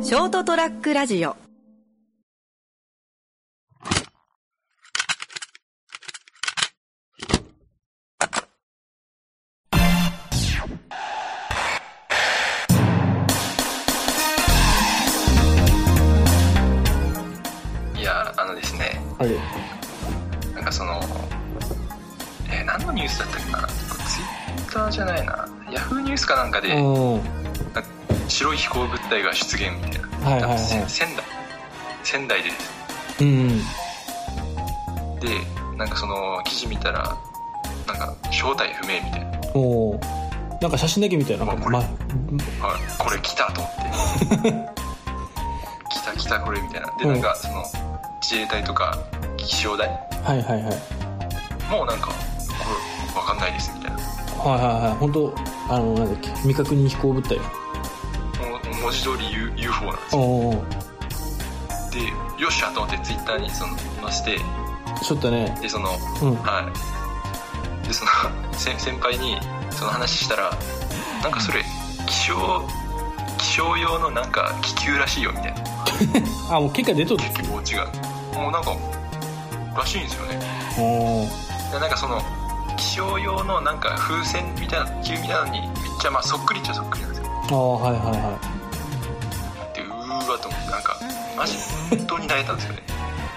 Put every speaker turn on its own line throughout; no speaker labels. ショートトラックラジオ
いやあのですね
はい。
なんかそのえー何のニュースだったっけなツイッターじゃないなヤフーニュースかなんかでなんか
うん。
白い飛行物体が出現みたいな、
はいはいはい
せ仙台仙台で
うん。
ですでなんかその記事見たらなんか正体不明みたいな、
おお。なんか写真だけ見たよ。なんか、ま、
はい、これ来たと思って 来た来たこれみたいなで
うん
なんかその自衛隊とか気象台
はいはいはい。はい
もうなんかこれわかんないですみたいな
はいはい。本当あの、なんだっけ、未確認飛行物体。
もう文字通り U- UFO なんです
お
よ
お。
でよっしゃと思ってツイッターにそのまして
ちょっとね。
でその
うん。
はいでその 先先輩にその話したらなんかそれ気象気象用のなんか気球らしいよみたいな
あ、もう結果出とる。
気球違うもうなんからしいんですよね
おお。
でなんかその気象用のなんか風船みたいな気球みたいなのにめっちゃまあそっくりっちゃそっくりなんですよ
ああ、はいはいは
でうーわと思ってなんかマジで本当に泣いたんですよね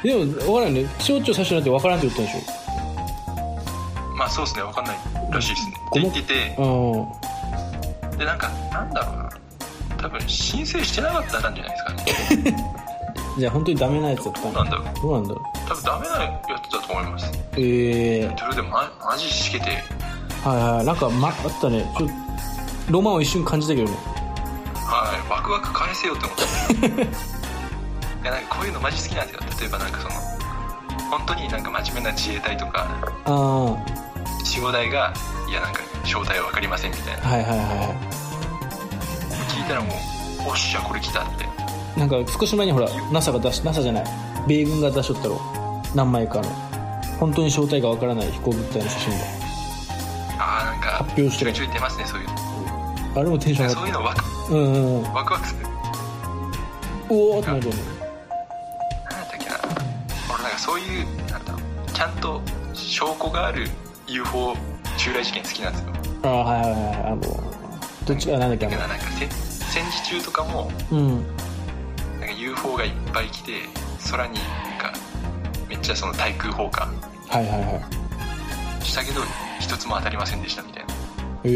い。でも、わからんね。気象庁最初なんてわからんって言ったでし
まあそうですね分かんないらしいですねって言ってて
ょ。
でなんかなんだろうな多分申請してなかったなんじゃないですかね
うん。じゃあ本当にダメなやつだっ
ど
た
うな
の
んだろう
どうなんだろ
多分ダメなやつだと思います
う。ええ
それでママジしけて
はいはい。なんか、ま、あったね。ちょロマンを一瞬感じたけどね。
はいワクワク返せよって思った いやなんかこういうのマジ好きなんですよ例えばなんかその本当になんか真面目な自衛隊とか
ああ。はい
守護隊がいやなんか正体は分かりませんみたいな
はいはいはい。
聞いたらもうおっしゃこれ来たって
なんか少し前にほら NASA が出し NASA じゃない米軍が出しとったろ何枚かの本当に正体がわからない飛行物体の写真が
ああなんか
発表してる
ちょいちょい出ますねそういうの
あれもテンション上
そう
がっ
いうのワク
たうんうんうん
ワクワクする
おおってなるよね
なんだったっけな俺なんかそういうなんだろうちゃんと証拠がある UFO 襲来事件好きなんですよ
ああはいはいはいあのどっちあなんだっけ
だから
あ
なんかせ戦時中とかも
のうん
なんか UFO がいっぱい来て空になんかめっちゃその対空砲火
はいはいはい
したけど一つも当たりませんでしたみたいな
ええ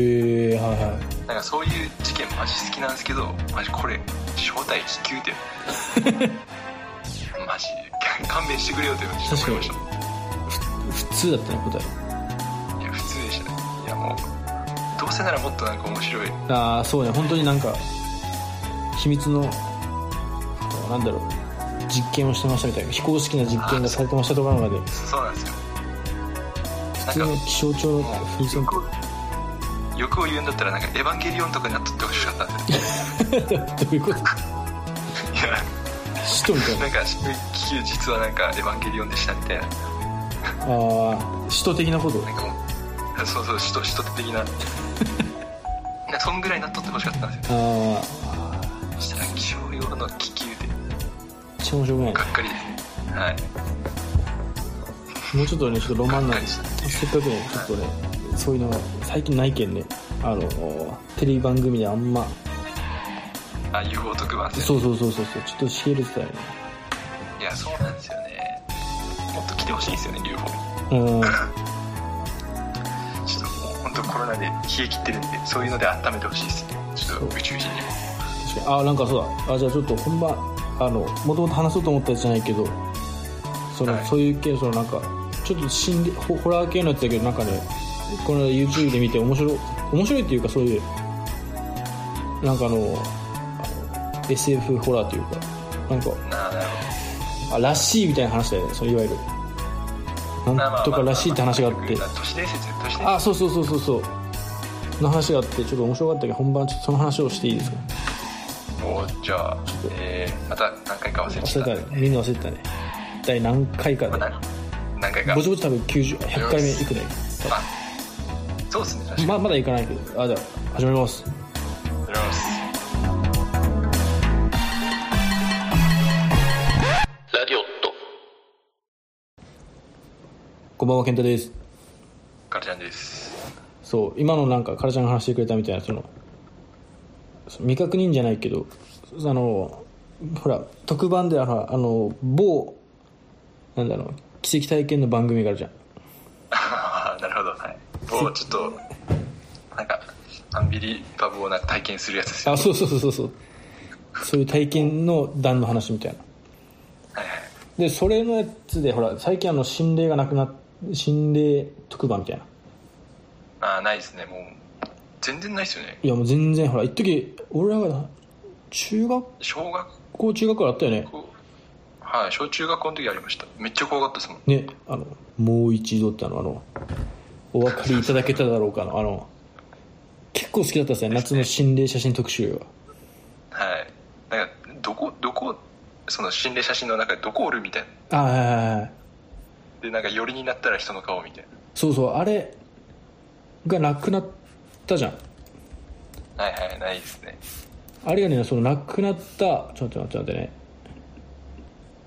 ー、はいはい
なんかそういう事件マジ好きなんですけどマジこれ正体気球ってマジ勘弁してくれよって思いました
普通だったね答え
いや普通でしたねいやもうどうせならもっとなんか面白い
ああそうね本当になんか秘密のなんだろう実験をしてましたみたいな非公式な実験がされてましたとかなんかで
そうなんですよ
普通の気象庁の風船
欲を欲を言うんだったらなんか「エヴァンゲリオン」とかになっとってほしかったんですよ
どういうこと
いや
使徒みたいな
なんか気球実はなんか「エヴァンゲリオン」でしたみたいな
ああ使徒的なこと
なんかもうそうそう使徒使徒的ななんかそんぐらいになっとってほしかったんですよ
あ
そしたら気象用の気球で
あ超面白くない
がっかりですねはい
もうちょっとねちょっとロマンな
がっかりした
せっかくねちょっとねそういうのが最近ないけんねあのテレビ番組であんま
あ UFO 特番です
そうそうそうそうそうちょっとしげれてたよね
いやそうなんですよねもっと来てほしいんですよね UFO
うん
ちょっともう本当コロナで冷え切ってるんでそういうので温めてほしいですねちょっと宇宙人にも
確かにあなんかそうだあじゃあちょっと本番あのもともと話そうと思ったやつじゃないけどその、
はい
そういう系そのなんかちょっと心理ホホラー系のやつだけどなんかねこの YouTube で見て面白い面白いっていうかそういうなんかあのあの SF ホラーというかなんか
なあなるほど
あらしいみたいな話だよねそのいわゆるなんとからしいって話があって
都市伝説都市伝説
あそうそうそうそうそうの話があってちょっと面白かったけど本番ちょっとその話をしていいですか
おじゃあ、えー、また何回か忘れちゃっ
忘
た
れたねみんな忘れてたね第何回か
まあ
で
何何回か
ぼちぼち多分90 100回目いくね
あそうですね確かに、
ままだいかないけどあじゃあ始まります
ありがとうございます
ばんは健太です
ガルちゃんです
そう今のなんかカラちゃんが話してくれたみたいなそのその未確認じゃないけどあのほら特番であのあの某なんだろう奇跡体験の番組があるじゃん
ああなるほどはいもうちょっとなんかアンビリバボーな体験するやつですよ
あそうそうそうそうそうそういう体験の段の話みたいな
はいはい
でそれのやつでほら最近あの心霊がなくなっ心霊特番みたいな
ああないですねもう全然ないですよね
いやもう全然ほら一時俺らが中学
小学
校中学校あったよね
校はい小中学校の時ありましためっちゃ怖かったですもん
ねあのもう一度ってあのあのお分かりいただけただろうかのあの結構好きだったですね夏の心霊写真特集は
はいなんかどこどこその心霊写真の中でどこおるみたいな
あはいはいはい
でなんか寄りになったら人の顔みたい
そうそうあれがなくなったじゃん
なはいはいないですね
あれがねその亡くなったちょっと待って待ってね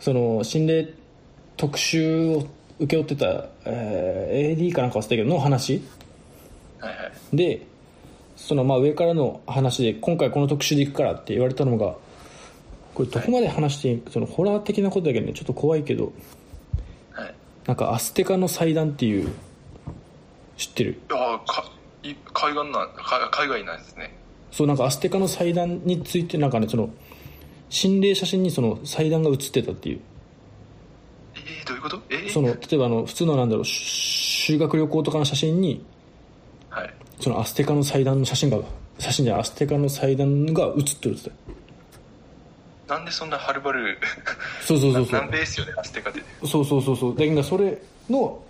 その心霊特集を請け負ってた、えー AD かなんか忘れたけどの話
はいはい
でそのまあ上からの話で今回この特集で行くからって言われたのがこれどこまで話していいそのホラー的なことだけどねちょっと怖いけど
はい
なんかアステカの祭壇っていう知ってる
ああかい海岸なん海海外なんですね
そうなんかアステカの祭壇についてなんかねその心霊写真にその祭壇が写ってたっていう
えー、どういうことえー、
その例えばあの普通のなんだろうし修学旅行とかの写真に
はい
そのアステカの祭壇の写真が写真じゃないアステカの祭壇が写ってるって言って
なんでそんなはるばる
たそうそうそうそ
南
う
米ですよねアステカで
そうそうそうそうだけどそれの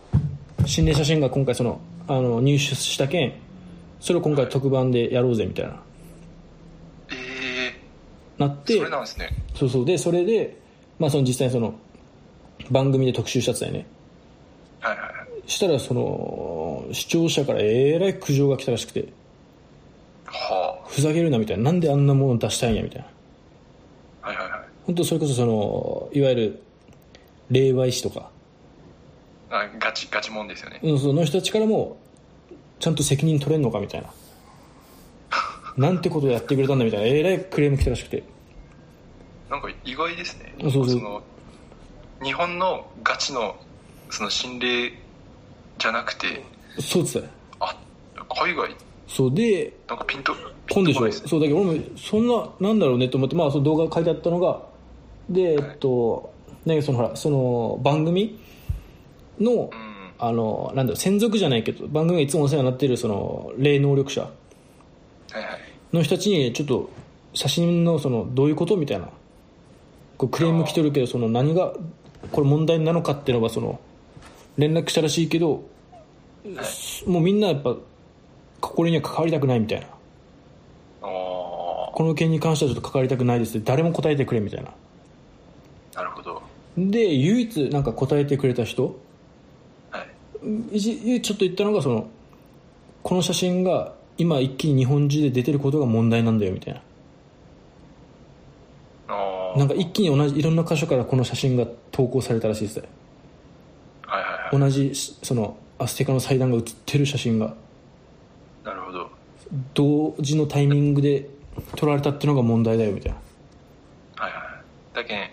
心霊写真が今回そのあの入手した件それを今回特番でやろうぜみたいな
え
なっ
え
て
それなんですね
そうそうでそれで、まあ、その実際にその番組で特集したってたよね
はいはいはい
したらその視聴者からえらい苦情が来たらしくて
は
ふざけるなみたいななんであんなもの出したいんやみたいな
あはいはいはい
本当それこそそのいわゆる霊媒師とか
あガチガチもんですよね
うんその人たちからもちゃんと責任取れんのかみたいななんてことをやってくれたんだみたいなえらいクレーム来たらしくて
なんか意外ですね
そうそう
の日本のガチのその心霊じゃなくて
そうっつったよ
あ海外
そうで
なんかピンと
本でし
ピ
ょ
ンとこないね
そうだけど俺もそんななんだろうねと思ってまあその動画が書いてあったのがでえっとなんかそのほらその番組の
うん
あのなんだろう専属じゃないけど番組がいつもお世話になってるその霊能力者
はいはい
の人たちにちょっと写真のそのどういうことみたいなこうクレーム来てるけどその何がこれ問題なのかっていうのがその連絡したらしいけどもうみんなやっぱこれには関わりたくないみたいな
あ
この件に関してはちょっと関わりたくないですって誰も答えてくれみたいな
あなるほど
で唯一なんか答えてくれた人
はい
いじちょっと言ったのがそのこの写真が今一気に日本中で出てることが問題なんだよみたいな
ああ
なんか一気に同じいろんな箇所からこの写真が投稿されたらしいですね
はいはいは
同じしそのアステカの祭壇が写ってる写真が
いなるほど
同時のタイミングで撮られたってのが問題だよみたいな
はいはいだけん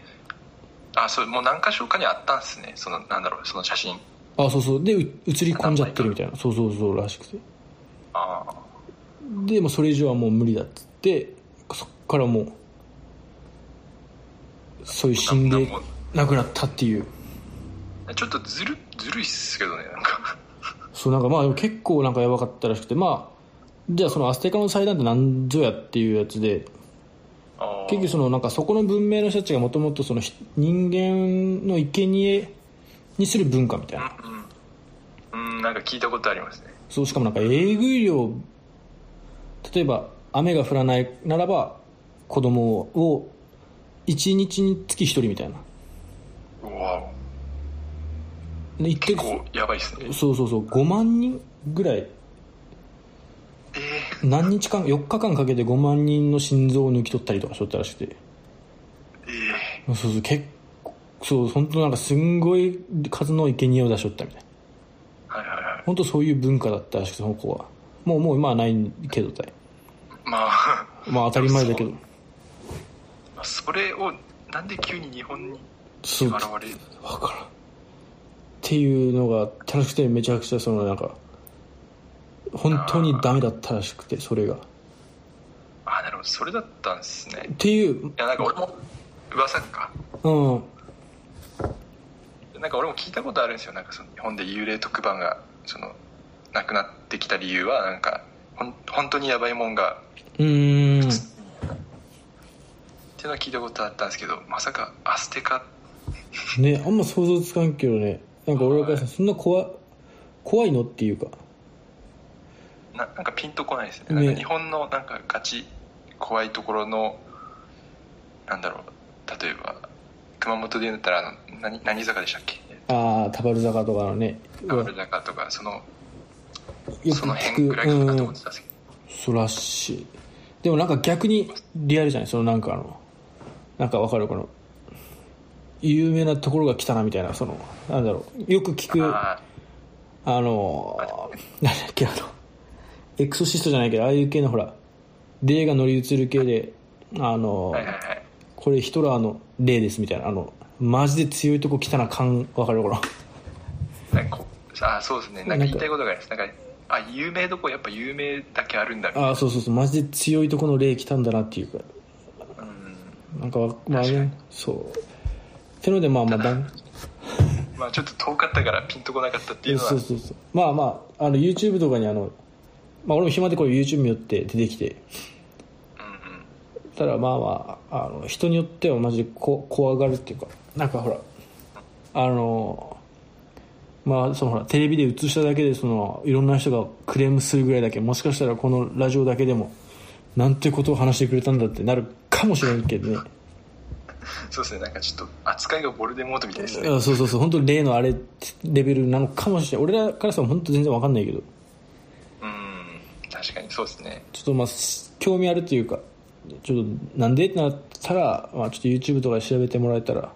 あそうもう何か所かにあったんですねそのなんだろうその写真
あそうそうでう写り込んじゃってるみたいなそうそうそうらしくて
ああ
でもうそれ以上はもう無理だっつってそっからもうそういう心霊なくなったっていう
ちょっとずるずるいっすけどねなんか
そうなんかまあでも結構なんかやばかったらしくてまあじゃあそのアステカの祭壇って何ぞやっていうやつで
ああ
結局そのなんかそこの文明の人たちがもともとそのひ人間の生贄にする文化みたいな
うんなんか聞いたことありますね
そうしかもなんかえぐい量例えば雨が降らないならば子供を1日につき1人みたいな
うわ
で一定
結構やばいっすね
そうそうそう5万人ぐらい
ええ
何日間4日間かけて5万人の心臓を抜き取ったりとかしとったらしくて
ええ
そうそう結構そう本当なんかすんごい数の生贄を出しとったみたい本当そういう文化だったらしくてその子はもうもう今はないけどだい
まあ
まあ当たり前だけど
それをなんで急に日本に
そう
現
わ
れる
からんっていうのが楽しくてめちゃくちゃそのなんか本当にダメだったらしくてそれがっ
あなるほどそれだったんですね
ていう
いやなんか俺も噂か
うん
なんか俺も聞いたことあるんですよなんかその日本で幽霊特番がそのなくなってきた理由はなんかほん本当にやばいもんが
うーん
っていうのは聞いたことあったんですけどまさかアステカ
ねあんま想像つかんけどねなんか俺からしたらそんな怖い怖いのっていうか
ななんかピンとこないですね
ね
なんか日本のなんかガチ怖いところのなんだろう例えば熊本で言うんだったらあの何何坂でしたっけ
ああ田原坂とかのね
タ
う
オ
わ
ル坂とかその
よ
その辺ぐらいかなと思ってたんですけど、
そうらしいでもなんか逆にリアルじゃないそのなんかあのなんかわかるこの有名なところが来たなみたいなそのなんだろうよく聞くあ
あ
のなんだっけあのエクソシストじゃないけどああいう系のほら霊が乗り移る系であの、
あはいはいはい
これヒトラーの霊ですみたいなあのマジで強いとこ来たな感わかるこの
なんかこうあそうですねなんか言いたいことがありますなんかあ有名どこやっぱ有名だけあるんだみたい
ああそうそうそうマジで強いとこの霊来たんだなっていうか
なうん
なんかわまあ
確か
ね
に
そうってのでまあまあだん
まあちょっと遠かったからピンとこなかったっていうのは
そうそうそうまあまああの YouTube とかにあの、まあ、俺も暇でこれ YouTube によって出てきて
うんうん
ただまあまああの人によってはマジでこ怖がるっていうかなんかほらあのまあそのほらテレビで映しただけでそのいろんな人がクレームするぐらいだけもしかしたらこのラジオだけでもなんてことを話してくれたんだってなるかもしれんけど ね
そうですねなんかちょっと扱いがボルデモートみたいですね
あそうそうそう本当例のあれレベルなのかもしれない俺らからしたら本当全然わかんないけど
うん確かにそうですね
ちょっとまあし興味あるというかちょっとなんでってなったら、まあ、ちょっと YouTube とかで調べてもらえたら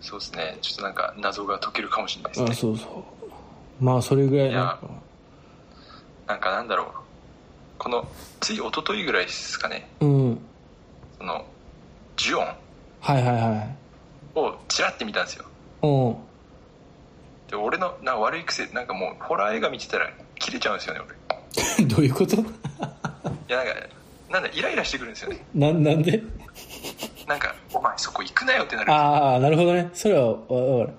そうですねちょっとなんか謎が解けるかもしれないです
あ
ね
そうそうまあそれぐらいなんか
なんかなんだろうこのつい一昨日ぐらいですかね
うん
そのジュオン
はいはいはい
をちらって見たんですよ
うん
で俺のなんか悪い癖なんかもうホラー映画見てたら切れちゃうんですよね俺
どういうこと
いやなんかなんだイライラしてくるんですよね
ななんで
なんか「お前そこ行くなよ」ってなるあ
ああなるほどねそれはわわかる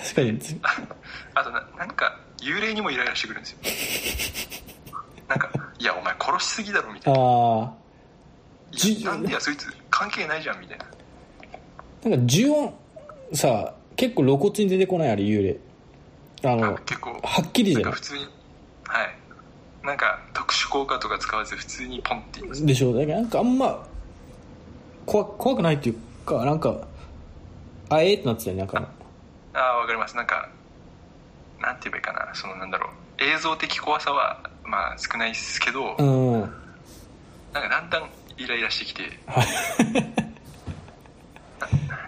確かに
とななんか幽霊にもイライラしてくるんですよなんか「いやお前殺しすぎだろ」みたいな
ああ
「い
じ
やなんでやそいつ関係ないじゃん」みたいな
なんか呪音さ結構露骨に出てこないあれ幽霊あ
なん
の
か結構
はっきり
な
じ
んか
ゃな
普通にはいなんか特殊効果とか使わず普通にポンって言います
いでしょだからなんかあんま怖怖くないっていうかなんかあえーってなってたよねなんか
ああわかりますなんかなんて言えばいいかなそのなんだろう映像的怖さはまあ少ないですけど、
うん
なんかだんだんイライラしてきて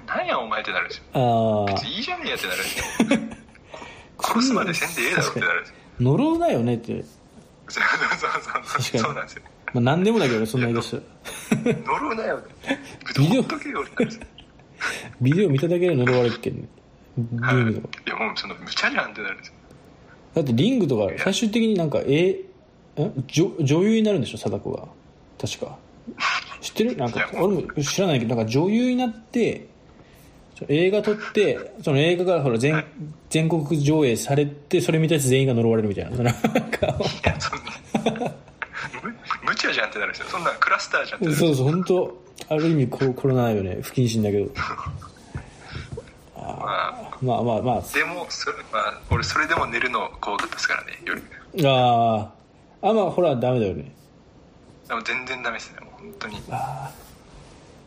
ななんやお前ってなるんですよ
ああ
いいじゃねえやってなるん ですよ殺すまでせんでええだろってなるんですよ
呪うだよねって、
そうそうそうそうそうなんですよ
まあ、何でもだけどねそんな言い出したら
呪うなよってほっとけよってなるんですよ
ビデオ見ただけで呪われてるねリ
はい
ングとか
いやもうその無茶じゃんってなるんですよ
だってリングとか最終的になんかえん女女優になるんでしょ貞子が確か知ってるなん
いや
か俺も知らないけどなんか女優になってその映画撮ってその映画がほら全全国上映されてそれ見たやつ全員が呪われるみたいなそのなんか
いやそんな む無茶じゃんってなるんですよそんなクラスターじゃんってなるんですよ
そうそう本当ある意味コロコロナよね不謹慎だけど
まあ
まあまあまあ
でもそれ、まあ、俺それでも寝るの怖かったですからね夜で
あーあまあほらダメだよね
も全然ダメですねもう本当に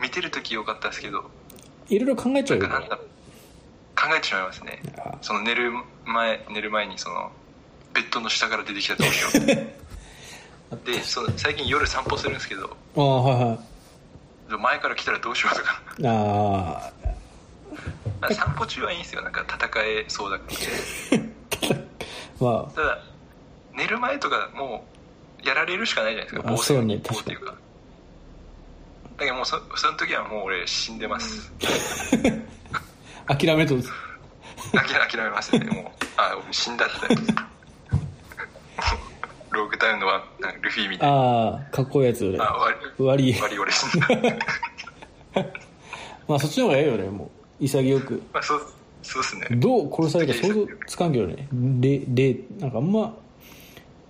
見てる時良かったですけど
いろいろ考えちゃうよね
なんだ考えてしまいますね
あ
その寝る前寝る前にそのベッドの下から出てきたらどうしようって でその最近夜散歩するんですけど
あーはいはい
前から来たらどうしようと か
ああ
散歩中はいいんですよなんか戦えそうだから
ま
ただ寝る前とかもうやられるしかないじゃないですか
あ
暴走
そうね
暴走っていうかだけどもうそその時はもう俺死んでます
あ諦めとる
諦諦めますねもうあ俺死んだって ローグタウンのワンなんかルフィみたいな
ああかっこいいやつ俺
あ悪い
悪い
悪い俺死んだ
まあそっちの方がええよねもう潔く
まあそうそうっすね
どう殺されるか想像つかんけどねででなんかあんま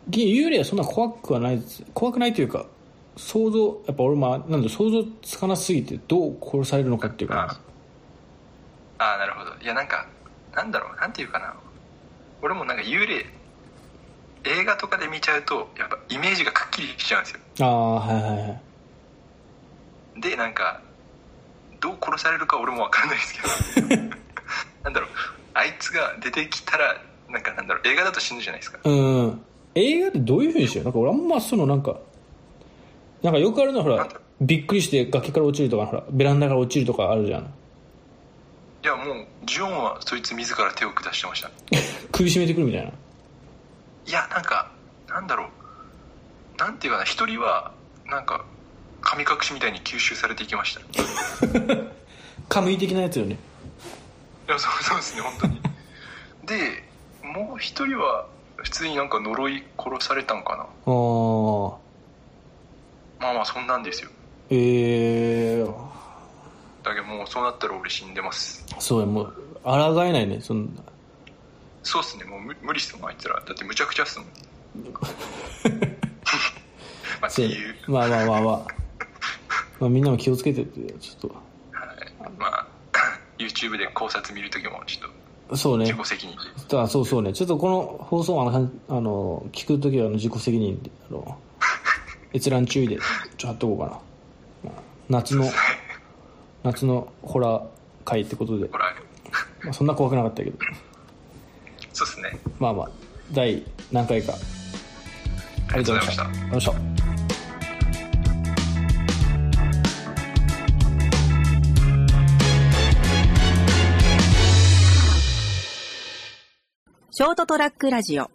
幽霊はそんな怖くはないです怖くないというか想像やっぱ俺もなんだ想像つかなすぎてどう殺されるのかっていう
あ
か
あーなるほどいやなんかなんだろうなんていうかな俺もなんか幽霊映画とかで見ちゃうとやっぱイメージがくっきりしちゃうんですよ
ああはいはいはい
でなんかどう殺されるか俺も分かんないですけどなんだろうあいつが出てきたらなんかなんだろう映画だと死ぬじゃないですか
うん映画ってどういうふうにしてるなんか俺あんまそのなんかなんかよくあるのはほらびっくりして崖から落ちるとかほらベランダから落ちるとかあるじゃん
いやもうジョンはそいつ自ら手を下してました
首絞めてくるみたいない
やなんかなんだろうなんていうかな一人はなんか神隠しみたいに吸収されていきました
カムイ的なやつよね
いやそうそうですね本当にでもう一人は普通になんか呪い殺されたんかな
ああ
まあまあそんなんですよ
ええー、
だけどもうそうなったら俺死んでます
そうやもう抗えないねそんな
そうっすねもう無無理っすもんあいつらだってむちゃくちゃっ すもんまあって
せ
いう、
まあまあまあまあまあみんなも気をつけてってちょっ
はい、まあ YouTube で考察見るときもちょっと
とそうね
自己責任で
あそうそうねちょっとこの放送はあのあの聞くときはあの自己責任であの閲覧注意でちょっと貼っとこうかな、まあ夏の夏のホラー会ってことで、
ほら
まあ、そんな怖くなかったけど
そうっすね
まあまあ第何回かありがとうございました
あ
あ
り
り
が
がとうございました
ショートトラックラジオ